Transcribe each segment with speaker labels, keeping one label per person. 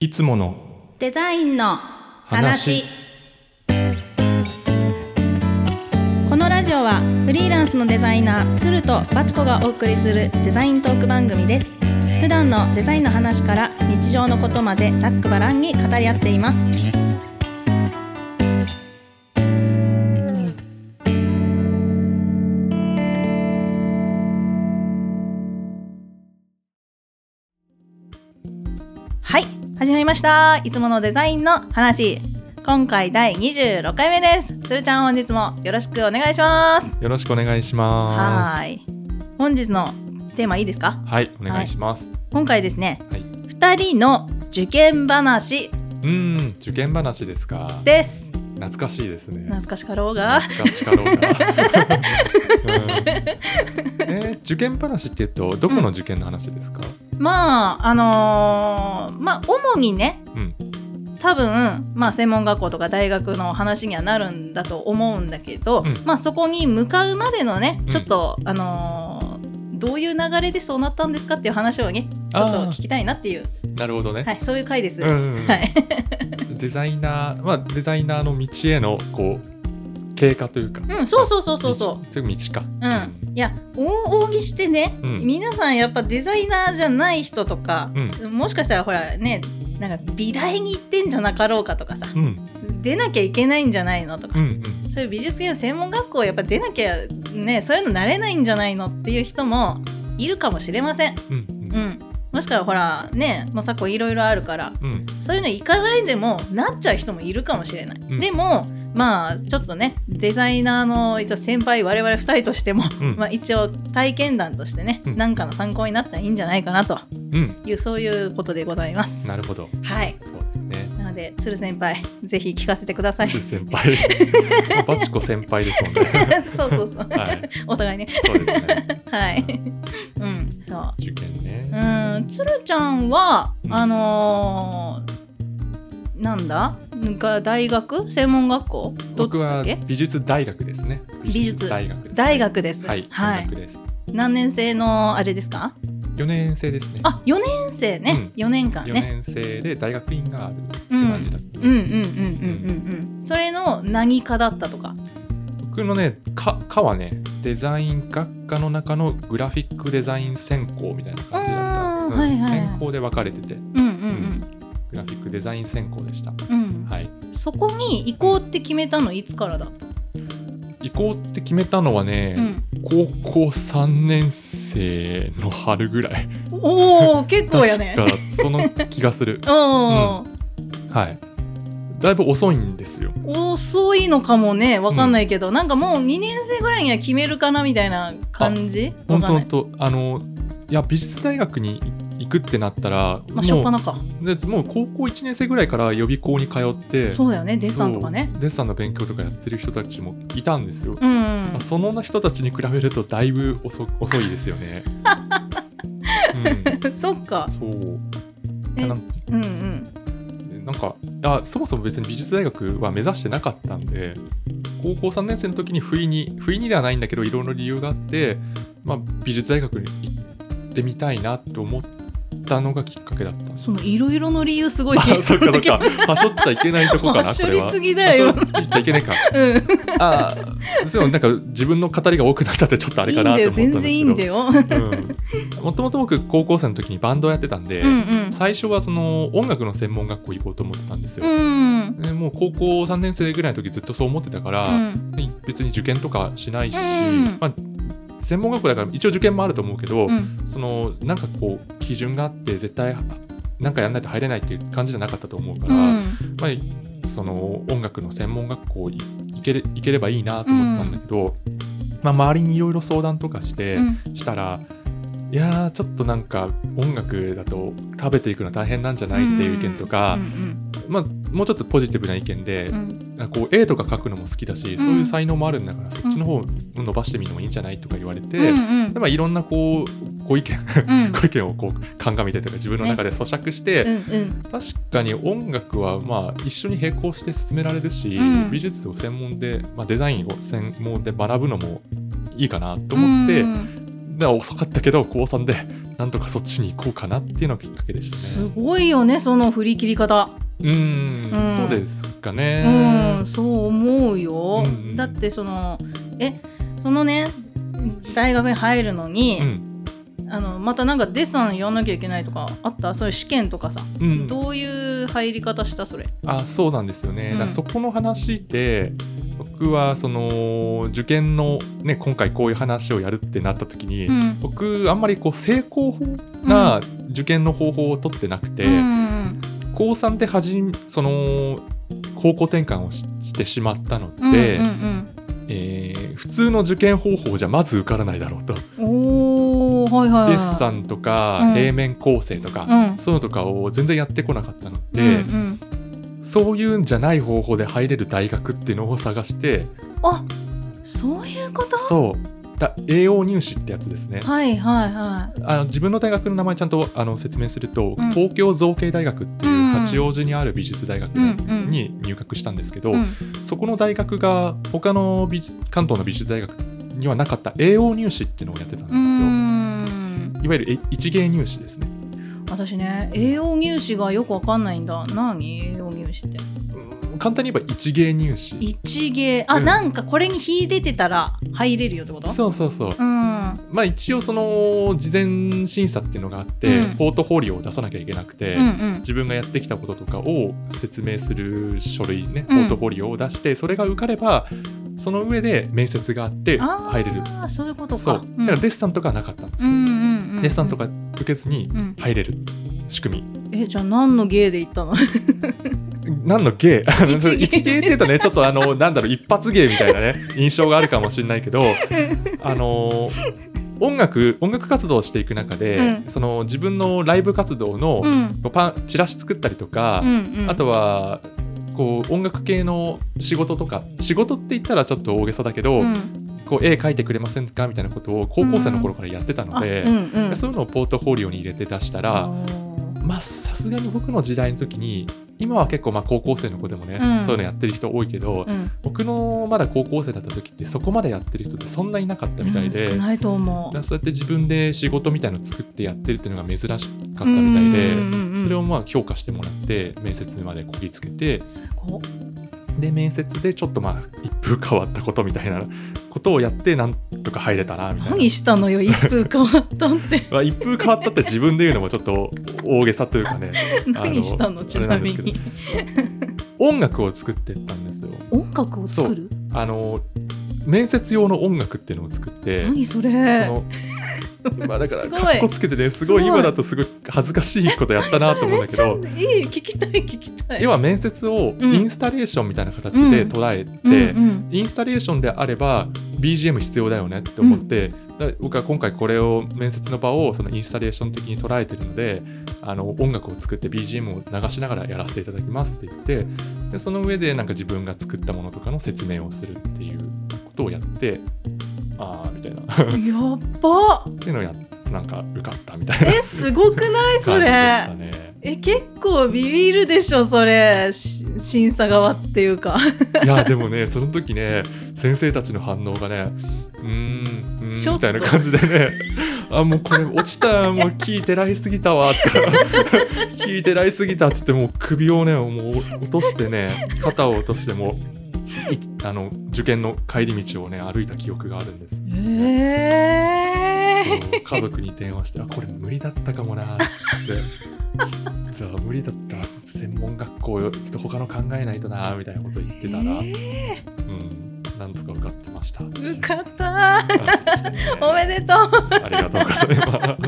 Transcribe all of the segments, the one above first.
Speaker 1: いつもの
Speaker 2: デザインの話
Speaker 1: 話
Speaker 2: このラジオはフリーランスのデザイナー鶴とバチコがお送りするデザイントーク番組です普段のデザインの話から日常のことまでざっくばらんに語り合っていますはい始まりましたいつものデザインの話今回第26回目です鶴ちゃん本日もよろしくお願いします
Speaker 1: よろしくお願いします
Speaker 2: はーい本日のテーマいいですか
Speaker 1: はいお願いします、
Speaker 2: 今回ですね、
Speaker 1: はい
Speaker 2: 二人の受験話
Speaker 1: うーん受験話ですか
Speaker 2: です
Speaker 1: 懐かしいですね
Speaker 2: 懐かしかろうが
Speaker 1: 懐かしかろうな、うん えー受験話って言うとどこの受験の話ですか、
Speaker 2: まああのーまあ主にね、
Speaker 1: うん
Speaker 2: 多分まあ専門学校とか大学の話にはなるんだと思うんだけど、
Speaker 1: うん
Speaker 2: まあそこに向かうまでのね
Speaker 1: ん
Speaker 2: ちょっと、あのーどういう流れでそうなったんですかっていう話をねちょっと聞きたいなっていう、
Speaker 1: なるほどね、
Speaker 2: はい、そういう回です。
Speaker 1: うんうんうん
Speaker 2: はい、
Speaker 1: デザイナーまあデザイナーの道へのこう経過というか、
Speaker 2: うん、そうそうそうそうそう
Speaker 1: 道そういう道か
Speaker 2: うん、いや大扇してね、
Speaker 1: うん
Speaker 2: 皆さんやっぱデザイナーじゃない人とか、
Speaker 1: う
Speaker 2: もしかしたらほらねなんか美大に行ってんじゃなかろうかとかさ、
Speaker 1: うん
Speaker 2: 出なきゃいけないんじゃないのとか、
Speaker 1: うんうん
Speaker 2: そういう美術系の専門学校やっぱ出なきゃねそういうの慣れないんじゃないのっていう人もいるかもしれません。
Speaker 1: うんうん
Speaker 2: う
Speaker 1: うん
Speaker 2: んもしくはほらねもう昨今いろいろあるから
Speaker 1: うん
Speaker 2: そういうの行かないでもなっちゃう人もいるかもしれない、
Speaker 1: ん
Speaker 2: でもまあちょっとねデザイナーの一応先輩我々2人としても、
Speaker 1: うん
Speaker 2: まあ、一応体験談としてね
Speaker 1: うん
Speaker 2: 何、かの参考になったらいいんじゃないかなと
Speaker 1: うん
Speaker 2: いうそういうことでございます
Speaker 1: なるほど
Speaker 2: はい
Speaker 1: そうですね
Speaker 2: なので鶴先輩ぜひ聞かせてくださいそ
Speaker 1: 先輩バチコ先輩ですもんね
Speaker 2: う そうそう、
Speaker 1: はい
Speaker 2: お互いね
Speaker 1: そうですね
Speaker 2: はい うんそう
Speaker 1: 受験ね
Speaker 2: うん、つるちゃんは、
Speaker 1: うん
Speaker 2: あのーなんだが大学専門学校どっち
Speaker 1: 僕
Speaker 2: だ
Speaker 1: は
Speaker 2: っけ
Speaker 1: 美術大学ですね
Speaker 2: 美術
Speaker 1: 大学です
Speaker 2: 大学です。
Speaker 1: はい大学です
Speaker 2: 何年生のあれですか？
Speaker 1: 四年生ですね
Speaker 2: あ、四年生
Speaker 1: う
Speaker 2: ね
Speaker 1: ん。
Speaker 2: 四、年間
Speaker 1: 四
Speaker 2: ね。
Speaker 1: 年生で大学院があるって
Speaker 2: うん
Speaker 1: 感じだった
Speaker 2: うんうんうんうんうんうん。それの何科だったとか。
Speaker 1: 僕のねか科はねデザイン学科の中のグラフィックデザイン専攻みたいな感じだ
Speaker 2: う
Speaker 1: っ
Speaker 2: ん
Speaker 1: た、
Speaker 2: はいはい
Speaker 1: 専攻で分かれてて、
Speaker 2: うんうん
Speaker 1: グラフィックデザイン専攻でした、
Speaker 2: うんうん。
Speaker 1: はい、
Speaker 2: そこに行こうって決めたのいつからだった？
Speaker 1: 行こうって決めたのはね、
Speaker 2: うん。
Speaker 1: 高校3年生の春ぐらい
Speaker 2: おお、結構やね。、
Speaker 1: 確かその気がする
Speaker 2: おお、
Speaker 1: はい、だいぶ遅いんですよ
Speaker 2: 遅いのかもねわかんないけど、なんかもう2年生ぐらいには決めるかなみたいな感じ
Speaker 1: 本当
Speaker 2: わかんない
Speaker 1: 本、当あのいや美術大学に行くってなったら、
Speaker 2: まあ、初っ
Speaker 1: も
Speaker 2: 端か
Speaker 1: うでもう高校1年生ぐらいから予備校に通って
Speaker 2: そうだよねデッサンとかね
Speaker 1: そうデッサンの勉強とかやってる人たちもいたんですよ、
Speaker 2: うんうん、
Speaker 1: まあその人たちに比べるとだいぶ遅遅いですよね、
Speaker 2: そっか
Speaker 1: うん、そうい
Speaker 2: え
Speaker 1: やなん
Speaker 2: うんうん
Speaker 1: なんかあそもそも別に美術大学は目指してなかったんで高校3年生の時に不意に不意にではないんだけどいろいろ理由があって、まあ、美術大学に行ってみたいなと思ったのがきっかけだったんです
Speaker 2: そのいろいろの理由すごい
Speaker 1: あそっかそっかはしょっちゃいけないとこかな
Speaker 2: は
Speaker 1: こ
Speaker 2: しょ
Speaker 1: れ
Speaker 2: り
Speaker 1: は
Speaker 2: すぎだよ
Speaker 1: はしょっちゃいけないか
Speaker 2: うん
Speaker 1: あーそうなんか自分の語りが多くなっちゃってちょっとあれ
Speaker 2: いい
Speaker 1: か
Speaker 2: ん
Speaker 1: な
Speaker 2: だ
Speaker 1: と
Speaker 2: よ
Speaker 1: 思ったんですけど
Speaker 2: 全然いいんだよ、
Speaker 1: うんもともと僕高校生の時にバンドをやってたんで、
Speaker 2: うんうん
Speaker 1: 最初はその音楽の専門学校行こうと思ってたんですよ、
Speaker 2: うん
Speaker 1: でもう高校3年生ぐらいの時ずっとそう思ってたから、
Speaker 2: うん
Speaker 1: 別に受験とかしないし、
Speaker 2: うん
Speaker 1: まあ、専門学校だから一応受験もあると思うけど、
Speaker 2: うん
Speaker 1: そのなんかこう基準があって絶対なんかやんないと入れないっていう感じじゃなかったと思うか
Speaker 2: う
Speaker 1: ら、
Speaker 2: ん
Speaker 1: まあ、その音楽の専門学校い行けれ行ければいいなと思ってたんだけど、まあ、周りにいろいろ相談とかして、
Speaker 2: うん
Speaker 1: したら。いやーちょっとなんか音楽だと食べていくの大変なんじゃないっていう意見とか
Speaker 2: う、ん
Speaker 1: まあ、もうちょっとポジティブな意見で
Speaker 2: うんう、ん
Speaker 1: なんかこう絵とか描くのも好きだし、
Speaker 2: ん
Speaker 1: そういう才能もあるんだからそっちの方を伸ばしてみるのもいいんじゃないとか言われて、
Speaker 2: うん
Speaker 1: で
Speaker 2: うん
Speaker 1: まあ、いろんなこうご意見
Speaker 2: うん
Speaker 1: ご意見をこう鑑みてとか自分の中で咀嚼して、
Speaker 2: うんうん
Speaker 1: 確かに音楽はまあ一緒に並行して進められるし、
Speaker 2: うん
Speaker 1: 美術を専門で、まあ、デザインを専門で学ぶのもいいかなと思って、
Speaker 2: うん
Speaker 1: では遅かったけど高3でなんとかそっちに行こうかなっていうのがきっかけでした
Speaker 2: す
Speaker 1: ね。
Speaker 2: ごいよねその振り切り方
Speaker 1: うーん
Speaker 2: うん
Speaker 1: そうですかね。
Speaker 2: うんそう思うよ、
Speaker 1: うんうん
Speaker 2: だってそのえそのね大学に入るのに、
Speaker 1: うん
Speaker 2: あのまたなんかデッサンやんなきゃいけないとかあったそういう試験とかさ、
Speaker 1: うん
Speaker 2: どういう入り方したそれ
Speaker 1: あそうなんですよね、だから
Speaker 2: うん
Speaker 1: そこの話で僕はその受験の、ね、今回こういう話をやるってなった時に、
Speaker 2: うん
Speaker 1: 僕あんまりこう成功法な受験の方法を取ってなくて、
Speaker 2: うん
Speaker 1: 高3で始めその方向転換をししてしまったの
Speaker 2: うん
Speaker 1: で、
Speaker 2: うん
Speaker 1: えー普通の受験方法じゃまず受からないだろうと、
Speaker 2: うんおーはいはいはい
Speaker 1: デッサンとか、
Speaker 2: うん
Speaker 1: 平面構成とか、
Speaker 2: うん
Speaker 1: そういうのとかを全然やってこなかったので。
Speaker 2: うんうん、
Speaker 1: そういうんじゃない方法で入れる大学っていうのを探して
Speaker 2: あそういうこと
Speaker 1: そうだ AO 入試ってやつですね、
Speaker 2: はいはいはい
Speaker 1: あの自分の大学の名前ちゃんとあの説明すると、
Speaker 2: うん
Speaker 1: 東京造形大学って
Speaker 2: う
Speaker 1: いうん八王子にある美術大学
Speaker 2: うんうん
Speaker 1: に入学したんですけど、
Speaker 2: うん
Speaker 1: そこの大学が他の美術関東の美術大学にはなかった AO 入試っていうのをやってたんです
Speaker 2: う
Speaker 1: よ、
Speaker 2: ん
Speaker 1: いわゆるえ一芸入試ですね
Speaker 2: 私ね栄養入試がよくわかんないんだ何栄養入試って
Speaker 1: うん簡単に言えば一芸入試
Speaker 2: 一芸あ、
Speaker 1: うん
Speaker 2: なんかこれに秀でてたら入れるよってこと
Speaker 1: そうそうそう
Speaker 2: うん
Speaker 1: まあ一応その事前審査っていうのがあって、
Speaker 2: うん
Speaker 1: ポートフォリオを出さなきゃいけなくて、
Speaker 2: うんうん
Speaker 1: 自分がやってきたこととかを説明する書類ね、
Speaker 2: うん
Speaker 1: ポートフォリオを出してそれが受かればその上で面接があって
Speaker 2: あー
Speaker 1: 入れる
Speaker 2: そういうことか
Speaker 1: そうだから
Speaker 2: デ
Speaker 1: デッサンとかはなかったんです
Speaker 2: う
Speaker 1: よ、
Speaker 2: んうんうんうん
Speaker 1: デッサンとか受けずに
Speaker 2: うん
Speaker 1: 入れる仕組み
Speaker 2: えじゃあ何の芸で行ったの
Speaker 1: 何の芸 あの
Speaker 2: 一芸
Speaker 1: 一芸っていうとねちょっとあ のなんだろう一発芸みたいなね印象があるかもしれないけどあの音楽音楽活動をしていく中で、
Speaker 2: うん
Speaker 1: その自分のライブ活動の
Speaker 2: うん
Speaker 1: こうパンチラシ作ったりとか、
Speaker 2: うんうん
Speaker 1: あとはこう音楽系の仕事とか仕事って言ったらちょっと大げさだけど、
Speaker 2: うん
Speaker 1: こう絵描いてくれませんかみたいなことを高校生の頃からやってたの
Speaker 2: あ
Speaker 1: で、
Speaker 2: うんうん
Speaker 1: そういうのをポートフォリオに入れて出したら、まあさすがに僕の時代の時に今は結構まあ高校生の子でもね、
Speaker 2: うん
Speaker 1: そういうのやってる人多いけど、
Speaker 2: うん
Speaker 1: 僕のまだ高校生だった時ってそこまでやってる人ってそんないなかったみたいで。
Speaker 2: うん少ないと思
Speaker 1: だ
Speaker 2: う
Speaker 1: からそうやって自分で仕事みたいの作ってやってるっていうのが珍しかったみたいで、
Speaker 2: うんうんうん
Speaker 1: それをまあ評価してもらって面接までこぎつけて
Speaker 2: すごっ
Speaker 1: で面接でちょっとまあ一風変わったことみたいなことをやってなんとか入れたなみたいな。
Speaker 2: 何したのよ一風変わったって
Speaker 1: まあ、一風変わったって自分で言うのもちょっと大げさというかね
Speaker 2: 何した の
Speaker 1: あの
Speaker 2: ちなみ
Speaker 1: あれなんで
Speaker 2: に
Speaker 1: 音楽を作ってったんですよ
Speaker 2: 音楽を作る
Speaker 1: あの面接用の音楽っていうのを作って
Speaker 2: 何それ
Speaker 1: そ のまあだから
Speaker 2: すごい
Speaker 1: かっこつけてねすごい
Speaker 2: すごい
Speaker 1: 今だとすごい恥ずかしいことやったなと思うんだけど
Speaker 2: めっちゃいい聞きたい聞きたい
Speaker 1: 要は面接を
Speaker 2: うん
Speaker 1: インスタレーションみたいな形
Speaker 2: う
Speaker 1: で
Speaker 2: ん
Speaker 1: 捉えて、
Speaker 2: うんうん
Speaker 1: インスタレーションであれば BGM 必要だよねって思って、だ僕は今回これを面接の場をそのインスタレーション的に捉えてるのであの音楽を作って BGM を流しながらやらせていただきますって言ってでその上でなんか自分が作ったものとかの説明をするっていうことをやってああみたいなっ
Speaker 2: やっば
Speaker 1: ていうのをやなんか受かったみたいな
Speaker 2: えすごくないそ
Speaker 1: 感じでし
Speaker 2: れ
Speaker 1: たね。
Speaker 2: え結構ビビるでしょそれし審査側っていうか
Speaker 1: いやでもねその時ね先生たちの反応がねうーんう
Speaker 2: ち
Speaker 1: ー
Speaker 2: ょ
Speaker 1: ん
Speaker 2: っ
Speaker 1: みたい
Speaker 2: と
Speaker 1: な感じでねあもうこれ落ちたもう聞いてらいすぎたわとか聞いてらいすぎたっつってもう首をねもう落としてね肩を落としてもういあの受験の帰り道をね歩いた記憶があるんです。
Speaker 2: え
Speaker 1: そう家族に電話して「あこれ無理だったかもな」って「実は無理だった専門学校よちょっと他の考えないとな」みたいなこと言ってたら。うん、なんとか受かってました。
Speaker 2: 受かった
Speaker 1: 感じでしたね
Speaker 2: おめでとう
Speaker 1: ありがとうございま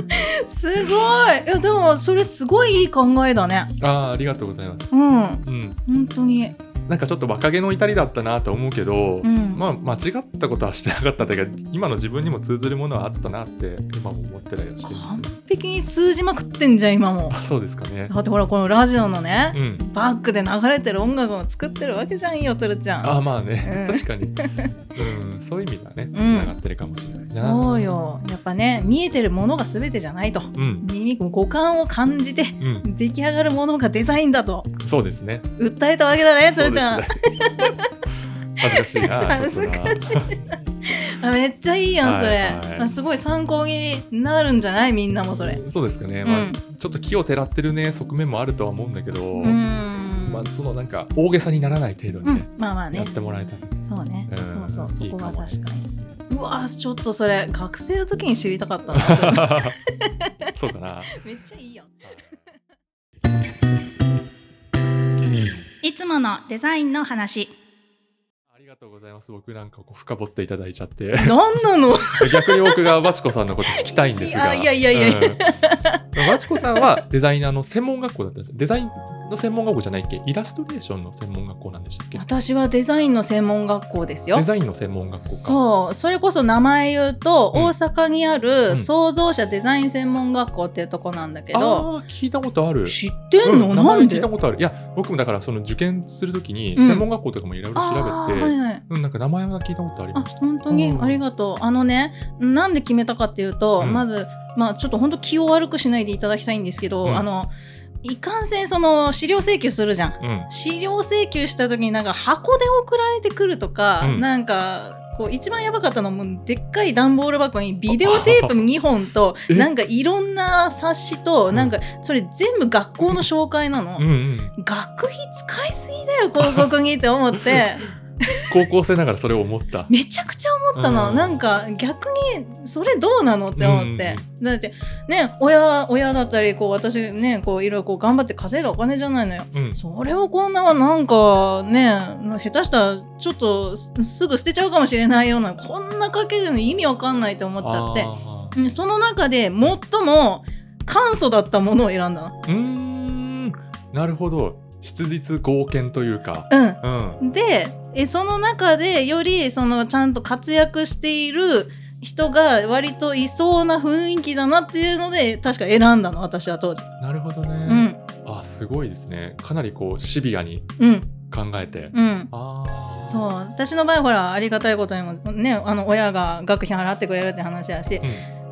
Speaker 1: す。
Speaker 2: すごいいやでもそれすごいいい考えだね
Speaker 1: あーありがとうございます。
Speaker 2: うん
Speaker 1: うん、
Speaker 2: 本当に
Speaker 1: なんかちょっと若気の至りだったなと思うけど、
Speaker 2: うん
Speaker 1: まあ間違ったことはしてなかったんだけど、今の自分にも通ずるものはあったなって今も思ってたりはして
Speaker 2: 完
Speaker 1: ます。
Speaker 2: 璧に通じまくってんじゃん今も
Speaker 1: あ、そうですかね。
Speaker 2: だってほらこのラジオのね
Speaker 1: うん。
Speaker 2: バックで流れてる音楽を作ってるわけじゃんよつるちゃん
Speaker 1: あーまあね、
Speaker 2: うん
Speaker 1: 確 かに。うん、そういう意味ではね、つ
Speaker 2: ん
Speaker 1: ながってるかもしれないな。
Speaker 2: そうよやっぱね見えてるものが全てじゃないと
Speaker 1: うん、
Speaker 2: 耳五感を感じて
Speaker 1: うん、
Speaker 2: 出来上がるものがデザインだと
Speaker 1: そうですね。
Speaker 2: 訴えたわけだねつるちゃん、
Speaker 1: そうですね恥ずかしいな。ちょっとな
Speaker 2: 恥ずかしいあめっちゃいいやん、
Speaker 1: はい
Speaker 2: それ、
Speaker 1: はい
Speaker 2: あすごい参考になるんじゃないみんなもそれ
Speaker 1: そうですかね、
Speaker 2: うん
Speaker 1: まあ、ちょっと木をてらってるね側面もあるとは思うんだけど、
Speaker 2: うーん
Speaker 1: まあ、そのなんか大げさにならない程度
Speaker 2: う
Speaker 1: にね、
Speaker 2: んまあまあね
Speaker 1: やってもらえたら
Speaker 2: そうね、
Speaker 1: うん
Speaker 2: そうそうそこは
Speaker 1: いかも
Speaker 2: い
Speaker 1: ね
Speaker 2: 確かにうわーちょっとそれ学生の時に知りたかった なそれ
Speaker 1: そうかな。
Speaker 2: めっちゃいいやんいつものデザインの話
Speaker 1: ありがとうございます。僕なんかこう深掘っていただいちゃって、
Speaker 2: 何なの
Speaker 1: 逆に僕がバチコさんのこと聞きたいんですが、
Speaker 2: いやいやいやいや
Speaker 1: うんバチコさんはデザイナーの専門学校だったんです。デザインの専門学校じゃないっけ？イラストレーションの専門学校なんでしたっけ？
Speaker 2: 私はデザインの専門学校ですよ
Speaker 1: デザインの専門学校か。
Speaker 2: そうそれこそ名前言うと、
Speaker 1: うん
Speaker 2: 大阪にあ
Speaker 1: う
Speaker 2: る
Speaker 1: ん
Speaker 2: 創造者デザイン専門学校っていうとこなんだけど、
Speaker 1: ああ聞いたことある。
Speaker 2: 知ってんの、
Speaker 1: うん名
Speaker 2: な
Speaker 1: 前
Speaker 2: ん
Speaker 1: 聞い
Speaker 2: で
Speaker 1: たことある。いや僕もだからその受験するときに
Speaker 2: うん
Speaker 1: 専門学校とかもいろいろ調
Speaker 2: あ
Speaker 1: べて、
Speaker 2: ーはいはい
Speaker 1: うんなんか名前は聞いたことあり
Speaker 2: あ
Speaker 1: ました。
Speaker 2: 本当に、
Speaker 1: うん
Speaker 2: ありがとうあのねなんで決めたかっていうと、
Speaker 1: うん
Speaker 2: まずまあちょっと本当気を悪くしないでいただきたいんですけど、
Speaker 1: うん
Speaker 2: あのいかんせんその資料請求するじゃん
Speaker 1: うん。
Speaker 2: 資料請求した時になんか箱で送られてくるとか、
Speaker 1: うん
Speaker 2: なんかこう一番やばかったのはもうでっかい段ボール箱にビデオテープ2本と
Speaker 1: え
Speaker 2: なんかいろんな冊子と
Speaker 1: うん
Speaker 2: なんかそれ全部学校の紹介なの、
Speaker 1: うんうん、
Speaker 2: 学費使いすぎだよ広告にって思って。
Speaker 1: 高校生ながらそれを思った。
Speaker 2: めちゃくちゃ思ったの、
Speaker 1: うん
Speaker 2: なんか逆にそれどうなのって思って、だってね親親だったりこう私ねこういろいろこう頑張って稼いだお金じゃないのよ
Speaker 1: うん、
Speaker 2: それをこんななんかね下手したらちょっとすすぐ捨てちゃうかもしれないようなこんなかけるの意味わかんないって思っちゃって
Speaker 1: あ
Speaker 2: うんその中で最も簡素だったものを選んだの。
Speaker 1: ーうーんなるほど質実剛健というか、
Speaker 2: うん
Speaker 1: うん、
Speaker 2: でえその中でよりそのちゃんと活躍している人が割といそうな雰囲気だなっていうので確か選んだの私は当時。
Speaker 1: なるほど
Speaker 2: う
Speaker 1: ね、
Speaker 2: ん
Speaker 1: あすごいですねかなりこうシビアに
Speaker 2: うん
Speaker 1: 考えて、
Speaker 2: うん
Speaker 1: ああ
Speaker 2: そう私の場合ほらありがたいことにもねあの親が学費払ってくれるって話やし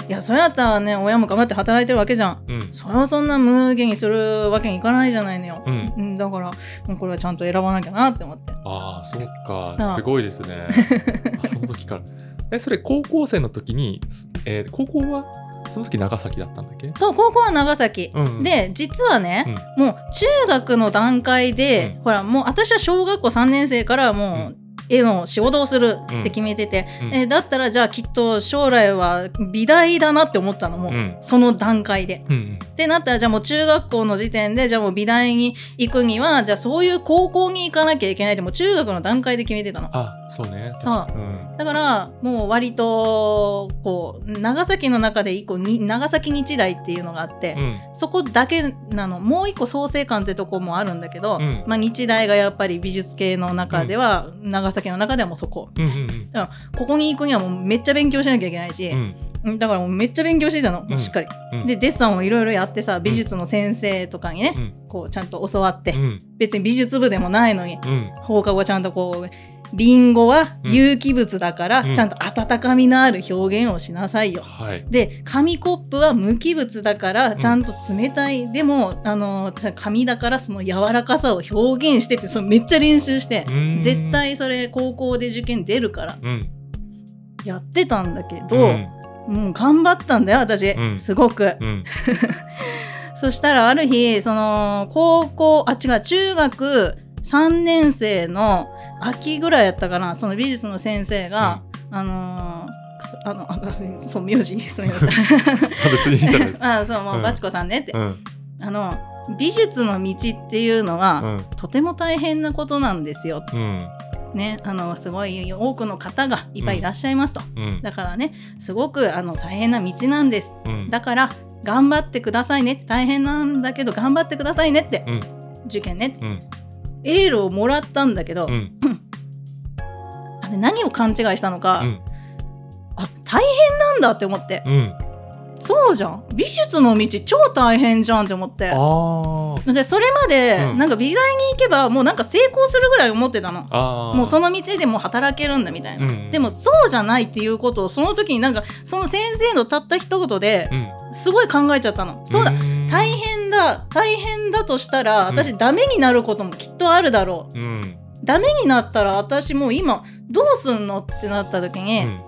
Speaker 2: いやそれやったらね親も頑張って働いてるわけじゃん
Speaker 1: うんうん
Speaker 2: それをそんな無限にするわけにいかないじゃないのよ、
Speaker 1: うん、
Speaker 2: うん、だからうんこれはちゃんと選ばなきゃなって思って
Speaker 1: ああそっ
Speaker 2: そう
Speaker 1: かすごいです ねあその時からえそれ高校生の時に、すえー高校はその時長崎だったんだっけ、
Speaker 2: そう高校は長崎、
Speaker 1: うん
Speaker 2: で実はね、もう中学の段階で、
Speaker 1: うん
Speaker 2: ほらもう私は小学校3年生からもう絵の仕事をするって決めてて、
Speaker 1: うん
Speaker 2: えだったらじゃあきっと将来は美大だなって思ったのもう、
Speaker 1: うん
Speaker 2: その段階で。
Speaker 1: うん
Speaker 2: ってなったらじゃあもう中学校の時点でじゃあもう美大に行くにはじゃあそういう高校に行かなきゃいけないってもう中学の段階で決めてたの。
Speaker 1: あそうね
Speaker 2: そ
Speaker 1: 確
Speaker 2: う
Speaker 1: かにうん
Speaker 2: だからもう割とこう長崎の中で一個に長崎日大っていうのがあって、
Speaker 1: うん
Speaker 2: そこだけなのもう一個創成館ってとこもあるんだけど、
Speaker 1: うん
Speaker 2: まあ、日大がやっぱり美術系の中では、長崎の中ではもうそこ
Speaker 1: うんうん
Speaker 2: ここに行くにはもうめっちゃ勉強しなきゃいけないし
Speaker 1: うんう、ん
Speaker 2: うんだからもうめっちゃ勉強してたの、
Speaker 1: うん
Speaker 2: しっかり。
Speaker 1: うん
Speaker 2: でデッサンをいろいろやってさ美術の先生とかにね、
Speaker 1: うん
Speaker 2: こうちゃんと教わって、
Speaker 1: うん
Speaker 2: 別に美術部でもないのに
Speaker 1: うん
Speaker 2: 放課後はちゃんとこうリンゴは有機物だから、
Speaker 1: うん
Speaker 2: ちゃんと温かみのある表現をしなさいよ。
Speaker 1: はい
Speaker 2: で紙コップは無機物だから
Speaker 1: ん
Speaker 2: ちゃんと冷たい、でもあのじゃあ紙だからその柔らかさを表現してってそのめっちゃ練習して
Speaker 1: う、ーん
Speaker 2: 絶対それ高校で受験出るから
Speaker 1: うん
Speaker 2: やってたんだけど、
Speaker 1: ん
Speaker 2: もう頑張ったんだよ私、
Speaker 1: うん
Speaker 2: すごく。
Speaker 1: うん
Speaker 2: そしたらある日その高校あ違う中学3年生の秋ぐらいやったかなその美術の先生が、あのーそあのあそう名字そういう の
Speaker 1: 別にいいんじゃないですか。
Speaker 2: あそうもう、
Speaker 1: うん
Speaker 2: バチコさんねって
Speaker 1: う、ん
Speaker 2: あの美術の道っていうのは、
Speaker 1: うん
Speaker 2: とても大変なことなんですよ。
Speaker 1: うん
Speaker 2: ね、あのすごい多くの方がいっぱいいらっしゃいますと、
Speaker 1: うん
Speaker 2: だからねすごくあの大変な道なんです
Speaker 1: うん
Speaker 2: だから頑張ってくださいね大変なんだけど頑張ってくださいねって、
Speaker 1: うん
Speaker 2: 受験ね
Speaker 1: うん
Speaker 2: エールをもらったんだけど、
Speaker 1: うん
Speaker 2: あれ何を勘違いしたのか、
Speaker 1: うん
Speaker 2: あ大変なんだって思って、
Speaker 1: うん
Speaker 2: そうじゃん美術の道超大変じゃんって思って
Speaker 1: あー
Speaker 2: でそれまで、
Speaker 1: うん
Speaker 2: なんか美大に行けばもうなんか成功するぐらい思ってたの
Speaker 1: あー
Speaker 2: もうその道でもう働けるんだみたいな、
Speaker 1: うん
Speaker 2: でもそうじゃないっていうことをその時になんかその先生のたった一言で
Speaker 1: うん
Speaker 2: すごい考えちゃったの、そうだ
Speaker 1: ん
Speaker 2: 大変だ大変だとしたら
Speaker 1: うん
Speaker 2: 私ダメになることもきっとあるだろ
Speaker 1: うん
Speaker 2: う、ダメになったら私もう今どうすんのってなった時に、
Speaker 1: うん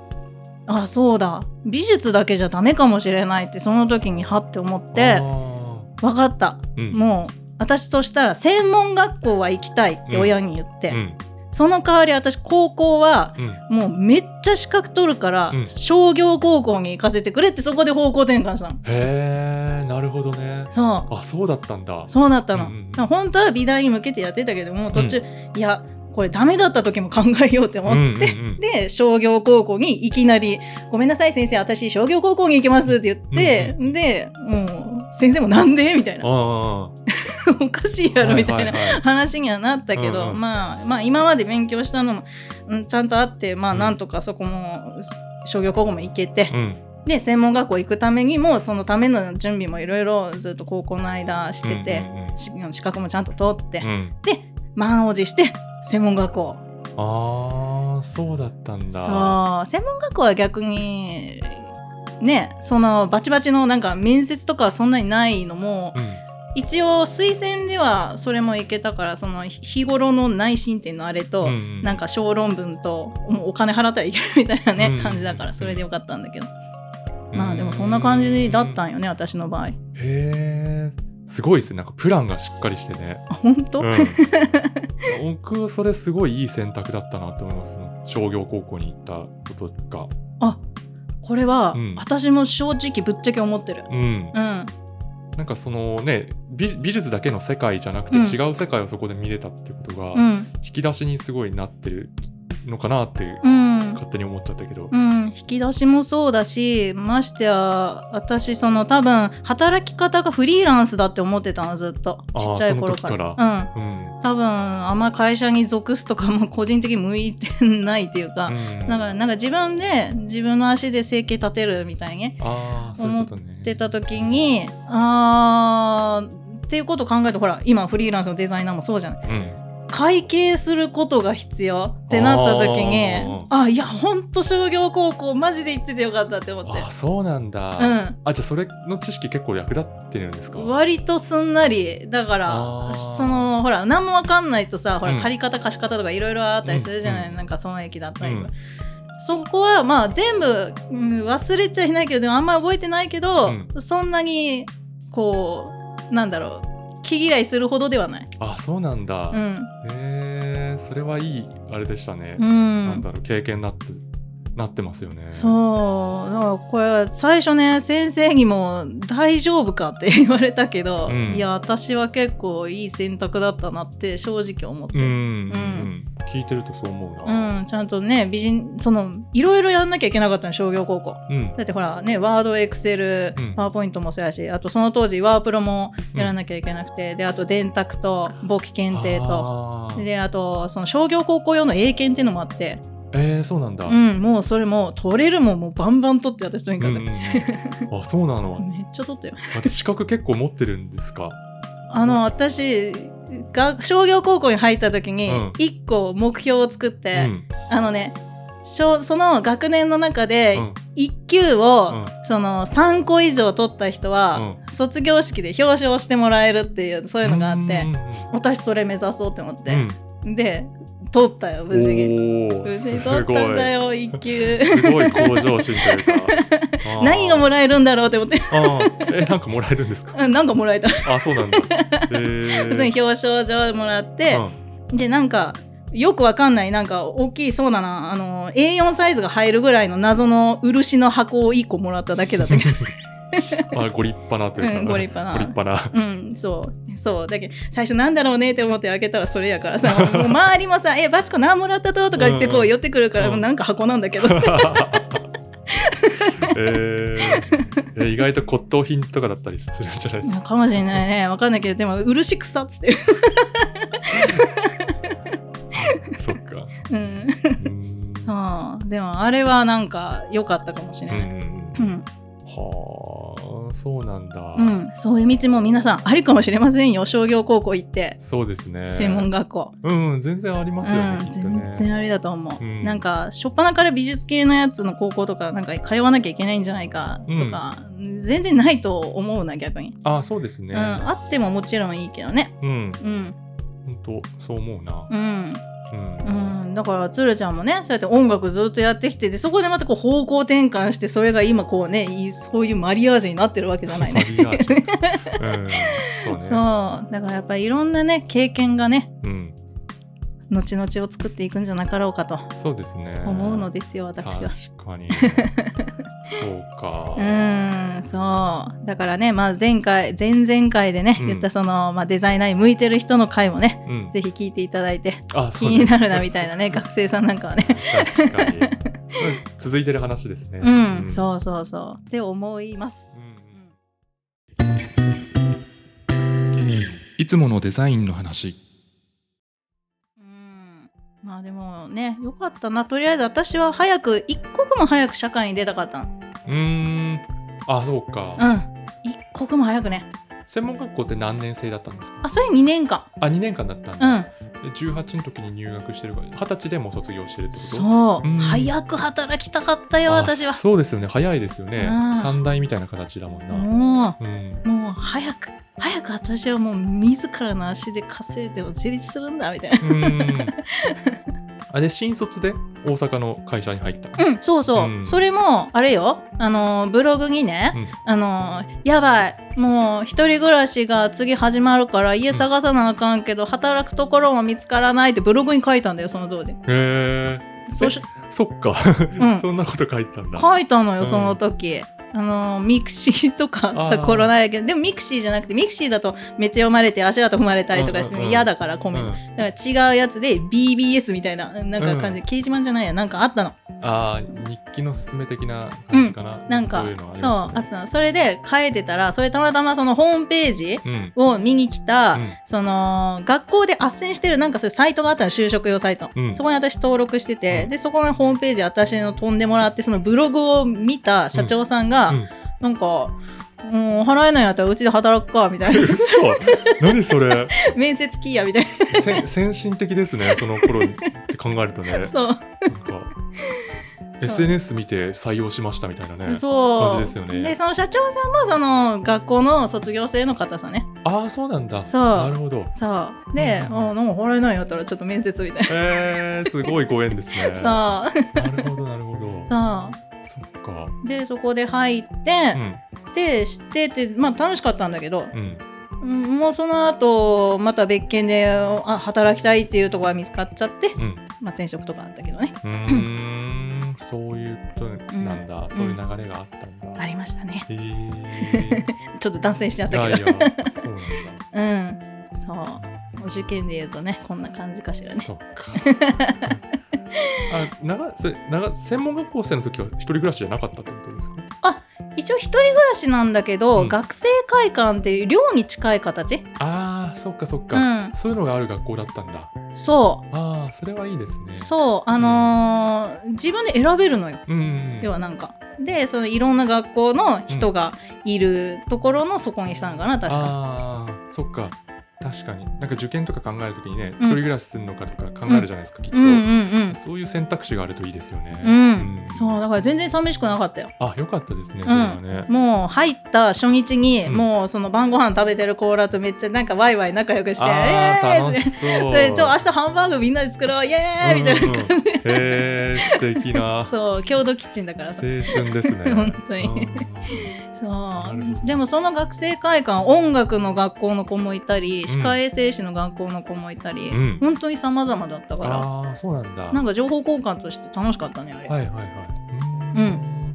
Speaker 2: あそうだ美術だけじゃダメかもしれないってその時にはって思って
Speaker 1: あー
Speaker 2: 分かった、
Speaker 1: うん、
Speaker 2: もう私としたら専門学校は行きたいって親に言って、
Speaker 1: うん
Speaker 2: その代わり私高校は
Speaker 1: うん、
Speaker 2: もうめっちゃ資格取るから、
Speaker 1: うん
Speaker 2: 商業高校に行かせてくれってそこで方向転換したの。
Speaker 1: へえなるほどね
Speaker 2: そう
Speaker 1: あそうだったんだ
Speaker 2: そうだったの、
Speaker 1: うんうんうん
Speaker 2: だから本当は美大に向けてやってたけども途中、いやこれダメだった時も考えようって思って、
Speaker 1: うんうんうん
Speaker 2: で商業高校にいきなり「ごめんなさい先生私商業高校に行きます」って言って、でもう先生も「なんで?」みたいな
Speaker 1: あ
Speaker 2: 「おかしい
Speaker 1: あ
Speaker 2: やろ」みたいな。
Speaker 1: はいはいはい
Speaker 2: 話にはなったけど、
Speaker 1: うんうん
Speaker 2: まあ、まあ今まで勉強したのも、うん、ちゃんとあってまあ
Speaker 1: うん
Speaker 2: なんとかそこも商業高校も行けて、
Speaker 1: うん
Speaker 2: で専門学校行くためにもそのための準備もいろいろずっと高校の間してて、
Speaker 1: うんうん
Speaker 2: し資格もちゃんと取って、
Speaker 1: うんうん
Speaker 2: 満を持して専門学校
Speaker 1: ああそうだったんだ
Speaker 2: そう専門学校は逆にねそのバチバチのなんか面接とかはそんなにないのも
Speaker 1: うん
Speaker 2: 一応推薦ではそれもいけたからその日日頃の内申点のあれと、
Speaker 1: うんうん
Speaker 2: なんか小論文ともうお金払ったらいけるみたいなね、
Speaker 1: うん
Speaker 2: 感じだからそれでよかったんだけど、
Speaker 1: うん
Speaker 2: まあでもそんな感じだったんよね私の場合
Speaker 1: へえすごいですねなんかプランがしっかりしてね
Speaker 2: あ本当、
Speaker 1: うん、僕それすごいいい選択だったなと思います商業高校に行ったことが
Speaker 2: あこれは、
Speaker 1: うん
Speaker 2: 私も正直ぶっちゃけ思ってる
Speaker 1: うん
Speaker 2: うん
Speaker 1: なんかそのね美美術だけの世界じゃなくて
Speaker 2: うん
Speaker 1: 違う世界をそこで見れたっていうことが
Speaker 2: うん
Speaker 1: 引き出しにすごいなってるのかなって
Speaker 2: うん
Speaker 1: 勝手に思っちゃったけど
Speaker 2: う、ん、引き出しもそうだしましてや私その多分働き方がフリーランスだって思ってたのずっと
Speaker 1: あー
Speaker 2: ちっちゃい頃か
Speaker 1: そ
Speaker 2: ら
Speaker 1: の時
Speaker 2: うん
Speaker 1: うん
Speaker 2: 多分あんま会社に属すとかも個人的に向いてないっていうか、
Speaker 1: うん
Speaker 2: だからなんか自分で自分の足で生計立てるみたいにね
Speaker 1: ああそういうことね
Speaker 2: ってた時にあーっていうことを考えるとほら今フリーランスのデザイナーもそうじゃない
Speaker 1: うん
Speaker 2: 会計することが必要ってなった時にあいやほんと商業高校マジで行っててよかったって思って
Speaker 1: ああそうなんだ、
Speaker 2: うん
Speaker 1: あじゃあそれの知識結構役立ってるんですか
Speaker 2: 割とすんなりだか
Speaker 1: あ
Speaker 2: ら
Speaker 1: ー
Speaker 2: そのほら何もわかんないとさほ
Speaker 1: う
Speaker 2: ら
Speaker 1: ん
Speaker 2: 借り方貸し方とかいろいろあったりするじゃない、
Speaker 1: うんうん
Speaker 2: なんか損益だったりとか、
Speaker 1: うん
Speaker 2: そこはまあ全部、うん忘れちゃいないけどでもあんまり覚えてないけど、
Speaker 1: う
Speaker 2: そんなにこうなんだろう気嫌いするほどではない。
Speaker 1: あそうなんだ、
Speaker 2: う
Speaker 1: へ
Speaker 2: ん
Speaker 1: えそれはいいあれでしたね、
Speaker 2: う
Speaker 1: なん
Speaker 2: ん
Speaker 1: だろう経験になってなってますよね。
Speaker 2: そうだからこれ最初ね先生にも「大丈夫か?」って言われたけど、
Speaker 1: うん
Speaker 2: いや私は結構いい選択だったなって正直思って
Speaker 1: うん
Speaker 2: る。
Speaker 1: うん、う、
Speaker 2: うん
Speaker 1: 聞いてるとそう思うな。
Speaker 2: うん、ちゃんとね美人そのいろいろやんなきゃいけなかったの商業高校
Speaker 1: うん、うん
Speaker 2: だってほらねワードエクセル
Speaker 1: うん
Speaker 2: パワーポイントもそうやし、あとその当時ワープロもやらなきゃいけなくて、であと電卓と簿記検定と
Speaker 1: あー
Speaker 2: であとその商業高校用の英検っていうのもあって、
Speaker 1: えー、そうなんだ。
Speaker 2: う
Speaker 1: うん
Speaker 2: ん、もうそれも取れるもんもうバンバン取って私とにか
Speaker 1: う
Speaker 2: く、
Speaker 1: んうんあそうなの
Speaker 2: めっちゃ取ったよ
Speaker 1: 私資格結構持ってるんですか
Speaker 2: あの私が商業高校に入った時に
Speaker 1: うん
Speaker 2: 1個目標を作っ
Speaker 1: う
Speaker 2: て、
Speaker 1: ん
Speaker 2: あのねしょその学年の中
Speaker 1: う
Speaker 2: で
Speaker 1: ん
Speaker 2: 1級を、
Speaker 1: うん
Speaker 2: その3個以上取った人は、卒業式で表彰してもらえるっていうそういうのがあって、
Speaker 1: うん
Speaker 2: 私それ目指そうって思っ
Speaker 1: う
Speaker 2: て
Speaker 1: ん、
Speaker 2: で取ったよ無事に
Speaker 1: お
Speaker 2: 無
Speaker 1: ー
Speaker 2: 事に
Speaker 1: す
Speaker 2: 取っ
Speaker 1: ご
Speaker 2: たんだ
Speaker 1: い
Speaker 2: よ1級
Speaker 1: すごい向上心という かあー
Speaker 2: 何がもらえるんだろうって思って
Speaker 1: あーえなんかもらえるんですか
Speaker 2: うんなんかもらえた
Speaker 1: あそう なんだえー、
Speaker 2: 普通に表彰状もらって
Speaker 1: う、
Speaker 2: でなんかよくわかんないなんか大きいそうだなあの A4 サイズが入るぐらいの謎の漆の箱を1個もらっただけだったけ ど、
Speaker 1: んあご立派なというか、
Speaker 2: うん、ご立派な
Speaker 1: ご立派 な
Speaker 2: うん、そう、そう、だけど、最初なんだろうねって思って開けたら、それやからさ、もう周りもさ、 え、バチコ何もらったととか言って、こ
Speaker 1: うんう
Speaker 2: うん寄ってくるから、
Speaker 1: うん
Speaker 2: もうなんか箱なん だけどさ。
Speaker 1: えー、え意外と骨董品とかだったりするんじゃないですか。
Speaker 2: かもしれないね、わかんないけど、でも、漆草っつって。
Speaker 1: そっ か。
Speaker 2: うん、
Speaker 1: うーん
Speaker 2: そう、でも、あれはなんか良かったかもしれ
Speaker 1: うんう
Speaker 2: ない。
Speaker 1: ん
Speaker 2: う
Speaker 1: うん
Speaker 2: ん、
Speaker 1: はあ、そうなんだ。
Speaker 2: うん、そういう道も皆さんありかもしれませんよ、商業高校行って。
Speaker 1: そうですね。
Speaker 2: 専門学校、
Speaker 1: うんうん、全然ありますよね、
Speaker 2: う
Speaker 1: き
Speaker 2: ん、
Speaker 1: っと
Speaker 2: 全
Speaker 1: ね。
Speaker 2: 然あれだと思う、
Speaker 1: うん
Speaker 2: なんか初っ端から美術系のやつの高校とかなんか通わなきゃいけないんじゃないかとか、全然ないと思うな逆に
Speaker 1: あ、そうですね。
Speaker 2: うん、あってももちろんいいけどね。
Speaker 1: うん、
Speaker 2: うん。
Speaker 1: 本当そう思うな。
Speaker 2: うん
Speaker 1: うん
Speaker 2: うん、だからつるちゃんもねそうやって音楽ずっとやってきてでそこでまたこう方向転換してそれが今こうねいいそういうマリアージュになってるわけじゃないね。
Speaker 1: マリア ージュうん、
Speaker 2: そう
Speaker 1: そうね。
Speaker 2: だからやっぱりいろんなね経験がね
Speaker 1: うん、
Speaker 2: 後々を作っていくんじゃなかろうかと
Speaker 1: そうですね。
Speaker 2: 思うのですよ私は。
Speaker 1: 確かに。そうか。
Speaker 2: うーんそうだからね、まあ、前回前々回でね、
Speaker 1: うん
Speaker 2: 言ったその、まあ、デザイナーに向いてる人の回もね
Speaker 1: うん。
Speaker 2: ぜひ聞いていただいて
Speaker 1: あ、
Speaker 2: 気になるな
Speaker 1: み
Speaker 2: みた いなね学生さんなんかはね。
Speaker 1: 確かに。うん続いてる話ですね。
Speaker 2: うん、そうそうそうって思います。
Speaker 1: うん。いつものデザインの話。
Speaker 2: うんまあでもねよかったなとりあえず私は早く一刻も早く社会に出たかったの
Speaker 1: うーん。あ、そうか。
Speaker 2: うん一刻も早くね
Speaker 1: 専門学校って何年生だったんですか
Speaker 2: あそれ2年間
Speaker 1: あ、2年間だったん
Speaker 2: う
Speaker 1: だ。
Speaker 2: ん
Speaker 1: で18の時に入学してるから、20歳でもう卒業してるってこと
Speaker 2: そう、
Speaker 1: うん
Speaker 2: 早く働きたかったよ
Speaker 1: あ
Speaker 2: 私は
Speaker 1: そうですよね。早いですよね
Speaker 2: うん。
Speaker 1: 短大みたいな形だもんな。
Speaker 2: も
Speaker 1: うん。
Speaker 2: うもう早く早く私はもう自らの足で稼いでも自立するんだみたいな
Speaker 1: うーんあれ新卒で大阪の会社に入った。
Speaker 2: うんそうそう、
Speaker 1: うん
Speaker 2: それもあれよあのーブログにね、
Speaker 1: うん
Speaker 2: あのーやばいもう一人暮らしが次始まるから家探さなあかんけど、働くところも見つからないってブログに書いたんだよその当時
Speaker 1: へえ。
Speaker 2: そし
Speaker 1: そっか、
Speaker 2: う ん
Speaker 1: そんなこと書いたんだ。
Speaker 2: 書いたのよ
Speaker 1: うん
Speaker 2: その時、あのーミクシーとかあった頃なんやけどでもミクシーじゃなくてミクシーだとめっちゃ読まれて足跡踏まれたりとかして、
Speaker 1: うんうんうん
Speaker 2: 嫌だからコ
Speaker 1: うん
Speaker 2: メント、だから違うやつで BBS みたいななんか感じで、掲示板じゃないやなんかあったの
Speaker 1: ああ日記のすすめ的な感じかな。
Speaker 2: なんか
Speaker 1: そ
Speaker 2: そう
Speaker 1: いううのあり
Speaker 2: あ
Speaker 1: ま
Speaker 2: ったのそれで書いてたらそれたまたまそのホームページ
Speaker 1: すね。
Speaker 2: を見に来た、
Speaker 1: うん。
Speaker 2: その学校で斡旋してるなんかそういうサイトがあったの就職用サイト、
Speaker 1: うん
Speaker 2: そこに私登録してて、
Speaker 1: うん
Speaker 2: でそこのホームページ私の飛んでもらってそのブログを見た社長さんが、
Speaker 1: うんうん
Speaker 2: なんか「うん払えないんやったらうちで働くか」みたい な
Speaker 1: うん。嘘。何それ。
Speaker 2: 「面接来いや」みたいな
Speaker 1: 先先進的です ね。その頃って考えるとね。なんか
Speaker 2: そう
Speaker 1: SNS 見て採用しましたみたいなね。
Speaker 2: そう
Speaker 1: 感じですよね
Speaker 2: でその社長さんもその学校の卒業生の方さね
Speaker 1: ああそうなんだ。
Speaker 2: そう
Speaker 1: なるほど。
Speaker 2: そうで「
Speaker 1: う
Speaker 2: うんん、なんか払えないんやったらちょっと面接」みたいな。
Speaker 1: えー、すごいご縁ですね。
Speaker 2: そう
Speaker 1: なるほどなるほど。そ
Speaker 2: そ
Speaker 1: っか。
Speaker 2: うでそこで入って、
Speaker 1: うん
Speaker 2: で知っててまあ楽しかったんだけど、
Speaker 1: うん。
Speaker 2: うんもうその後また別件であ働きたいっていうところが見つかっちゃって、
Speaker 1: うん
Speaker 2: まあ、転職とかあったけどね
Speaker 1: うーんそういうことなんだ、そういう流れがあったんだ。
Speaker 2: ありましたね
Speaker 1: えー、
Speaker 2: ちょっと断線しちゃっ
Speaker 1: い
Speaker 2: た
Speaker 1: や
Speaker 2: け
Speaker 1: い
Speaker 2: ど
Speaker 1: や、そうなん
Speaker 2: うんそうお受験で言うとねこんな感じかしら
Speaker 1: だ。
Speaker 2: ね
Speaker 1: そっか。あ、長それ長専門学校生の時は一人暮らしじゃなかったってことですか。
Speaker 2: 一応一人暮らしなんだけど、
Speaker 1: うん
Speaker 2: 学生会館っていう寮に近い形
Speaker 1: ああ、そっかそっ
Speaker 2: う
Speaker 1: か、
Speaker 2: ん
Speaker 1: そういうのがある学校だったんだ。
Speaker 2: そ
Speaker 1: ああ、それはいいですね。
Speaker 2: うそうあのー自分で選べるのよ
Speaker 1: う。ん。
Speaker 2: 要はなんかでそのいろんな学校の人がいるところのそこにしたのかな確か
Speaker 1: ああ、そっか。確かに。なんか受験とか考えるときにね、
Speaker 2: う
Speaker 1: 一
Speaker 2: ん
Speaker 1: 人暮らしするのかとか考えるじゃないですか、きっと、
Speaker 2: うんうんうん
Speaker 1: そういう選択肢があるといいですよね。
Speaker 2: うん、そうだから全然寂しくなかったよ
Speaker 1: あ、よかったですね。それはね。
Speaker 2: もう入った初日に、
Speaker 1: うん
Speaker 2: もうその晩ご飯食べてるコーラとめっちゃなんかワイワイ仲良くして「
Speaker 1: あ
Speaker 2: イエ
Speaker 1: ー
Speaker 2: ーイ!」
Speaker 1: 楽しそう。
Speaker 2: それちょ明日ハンバーグみんなで作ろうイエーイ!」みたいな感
Speaker 1: う
Speaker 2: じ、
Speaker 1: んうんうんへえ、素敵な青
Speaker 2: そう郷土キッチンだからさ
Speaker 1: 春ですね。
Speaker 2: 本当に
Speaker 1: うん
Speaker 2: そ
Speaker 1: るほど
Speaker 2: うでもその学生会館音楽の学校の子もいたり、
Speaker 1: ん
Speaker 2: 歯科衛生士の学校の子もいたり、
Speaker 1: うん
Speaker 2: 本当に様々だったから
Speaker 1: ああ、そうなんだ。
Speaker 2: なんか情報交換として楽しかったねあれ、
Speaker 1: はいはいはい。ん。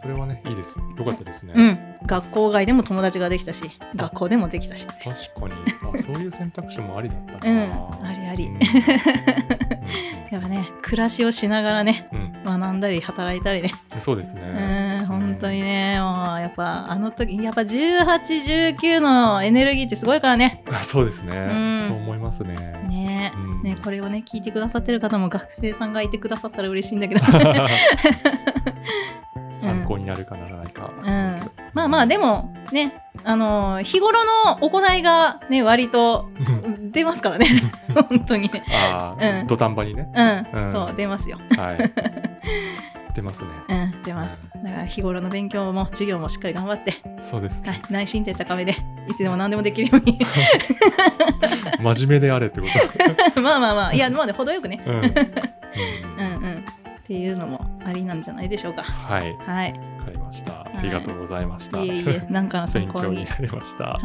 Speaker 1: それはね、いいです。よかったですね。
Speaker 2: うん学校外でも友達ができたし学校でもできたし
Speaker 1: 確かに。あ、そういう選択肢もありだったな。
Speaker 2: うんありあり
Speaker 1: うん
Speaker 2: やっぱね暮らしをしながらね
Speaker 1: うんうん
Speaker 2: 学んだり働いたりね
Speaker 1: うんそうです
Speaker 2: う
Speaker 1: ね。
Speaker 2: ん本当にねもうやっぱあの時やっぱ1819のエネルギーってすごいからね
Speaker 1: あそうですね。
Speaker 2: うん
Speaker 1: そう思いますね。
Speaker 2: ね
Speaker 1: うん
Speaker 2: ねこれをね聞いてくださってる方も学生さんがいてくださったら嬉しいんだけど
Speaker 1: 参考になるかならないか。
Speaker 2: うんまあまあでもねあの日頃の行いがね割と
Speaker 1: うん。
Speaker 2: 出ます からね本当にね
Speaker 1: ああ、
Speaker 2: うん
Speaker 1: 土壇場にね。
Speaker 2: うん、
Speaker 1: うん
Speaker 2: そう出ますよ
Speaker 1: はい。 出ますね。
Speaker 2: うん出ますだから日頃の勉強も授業もしっかり頑張って、
Speaker 1: そうです。
Speaker 2: はい、内申点高めでいつでも何でもできるように
Speaker 1: 真面目であれってこと。
Speaker 2: まあまあまあいやまあで程よくね
Speaker 1: うんうん
Speaker 2: うんうんっていうのもありなんじゃないでしょうか
Speaker 1: はい、わ
Speaker 2: はい
Speaker 1: かりました。ありがとうございました。
Speaker 2: いえいえなんかの参
Speaker 1: 勉
Speaker 2: 考
Speaker 1: 強
Speaker 2: に
Speaker 1: になりました。
Speaker 2: は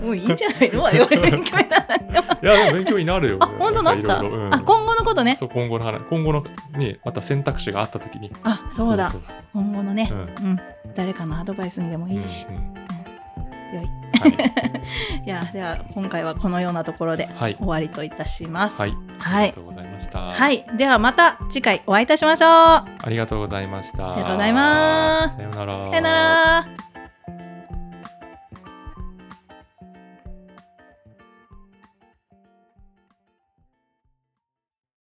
Speaker 2: いもういいんじゃないの我々勉強にならない
Speaker 1: いや、でも勉強になるよ。
Speaker 2: あ本当なった
Speaker 1: んかいろいろうん
Speaker 2: あ今後のことね
Speaker 1: そう今後の話今後のねまた選択肢があったときに
Speaker 2: あそうだ
Speaker 1: そうそう
Speaker 2: 今後のね
Speaker 1: そううん
Speaker 2: うん誰かのアドバイスにでもいいし、
Speaker 1: うんうん
Speaker 2: 良い
Speaker 1: はい
Speaker 2: いやでは今回はこのようなところで
Speaker 1: はい
Speaker 2: 終わりといたします
Speaker 1: はいあ
Speaker 2: は
Speaker 1: りが
Speaker 2: い
Speaker 1: とうございました
Speaker 2: はいではまた次回お会いいたしましょう
Speaker 1: ありがとうございました
Speaker 2: ありがとうございます
Speaker 1: さようなら
Speaker 2: さよなら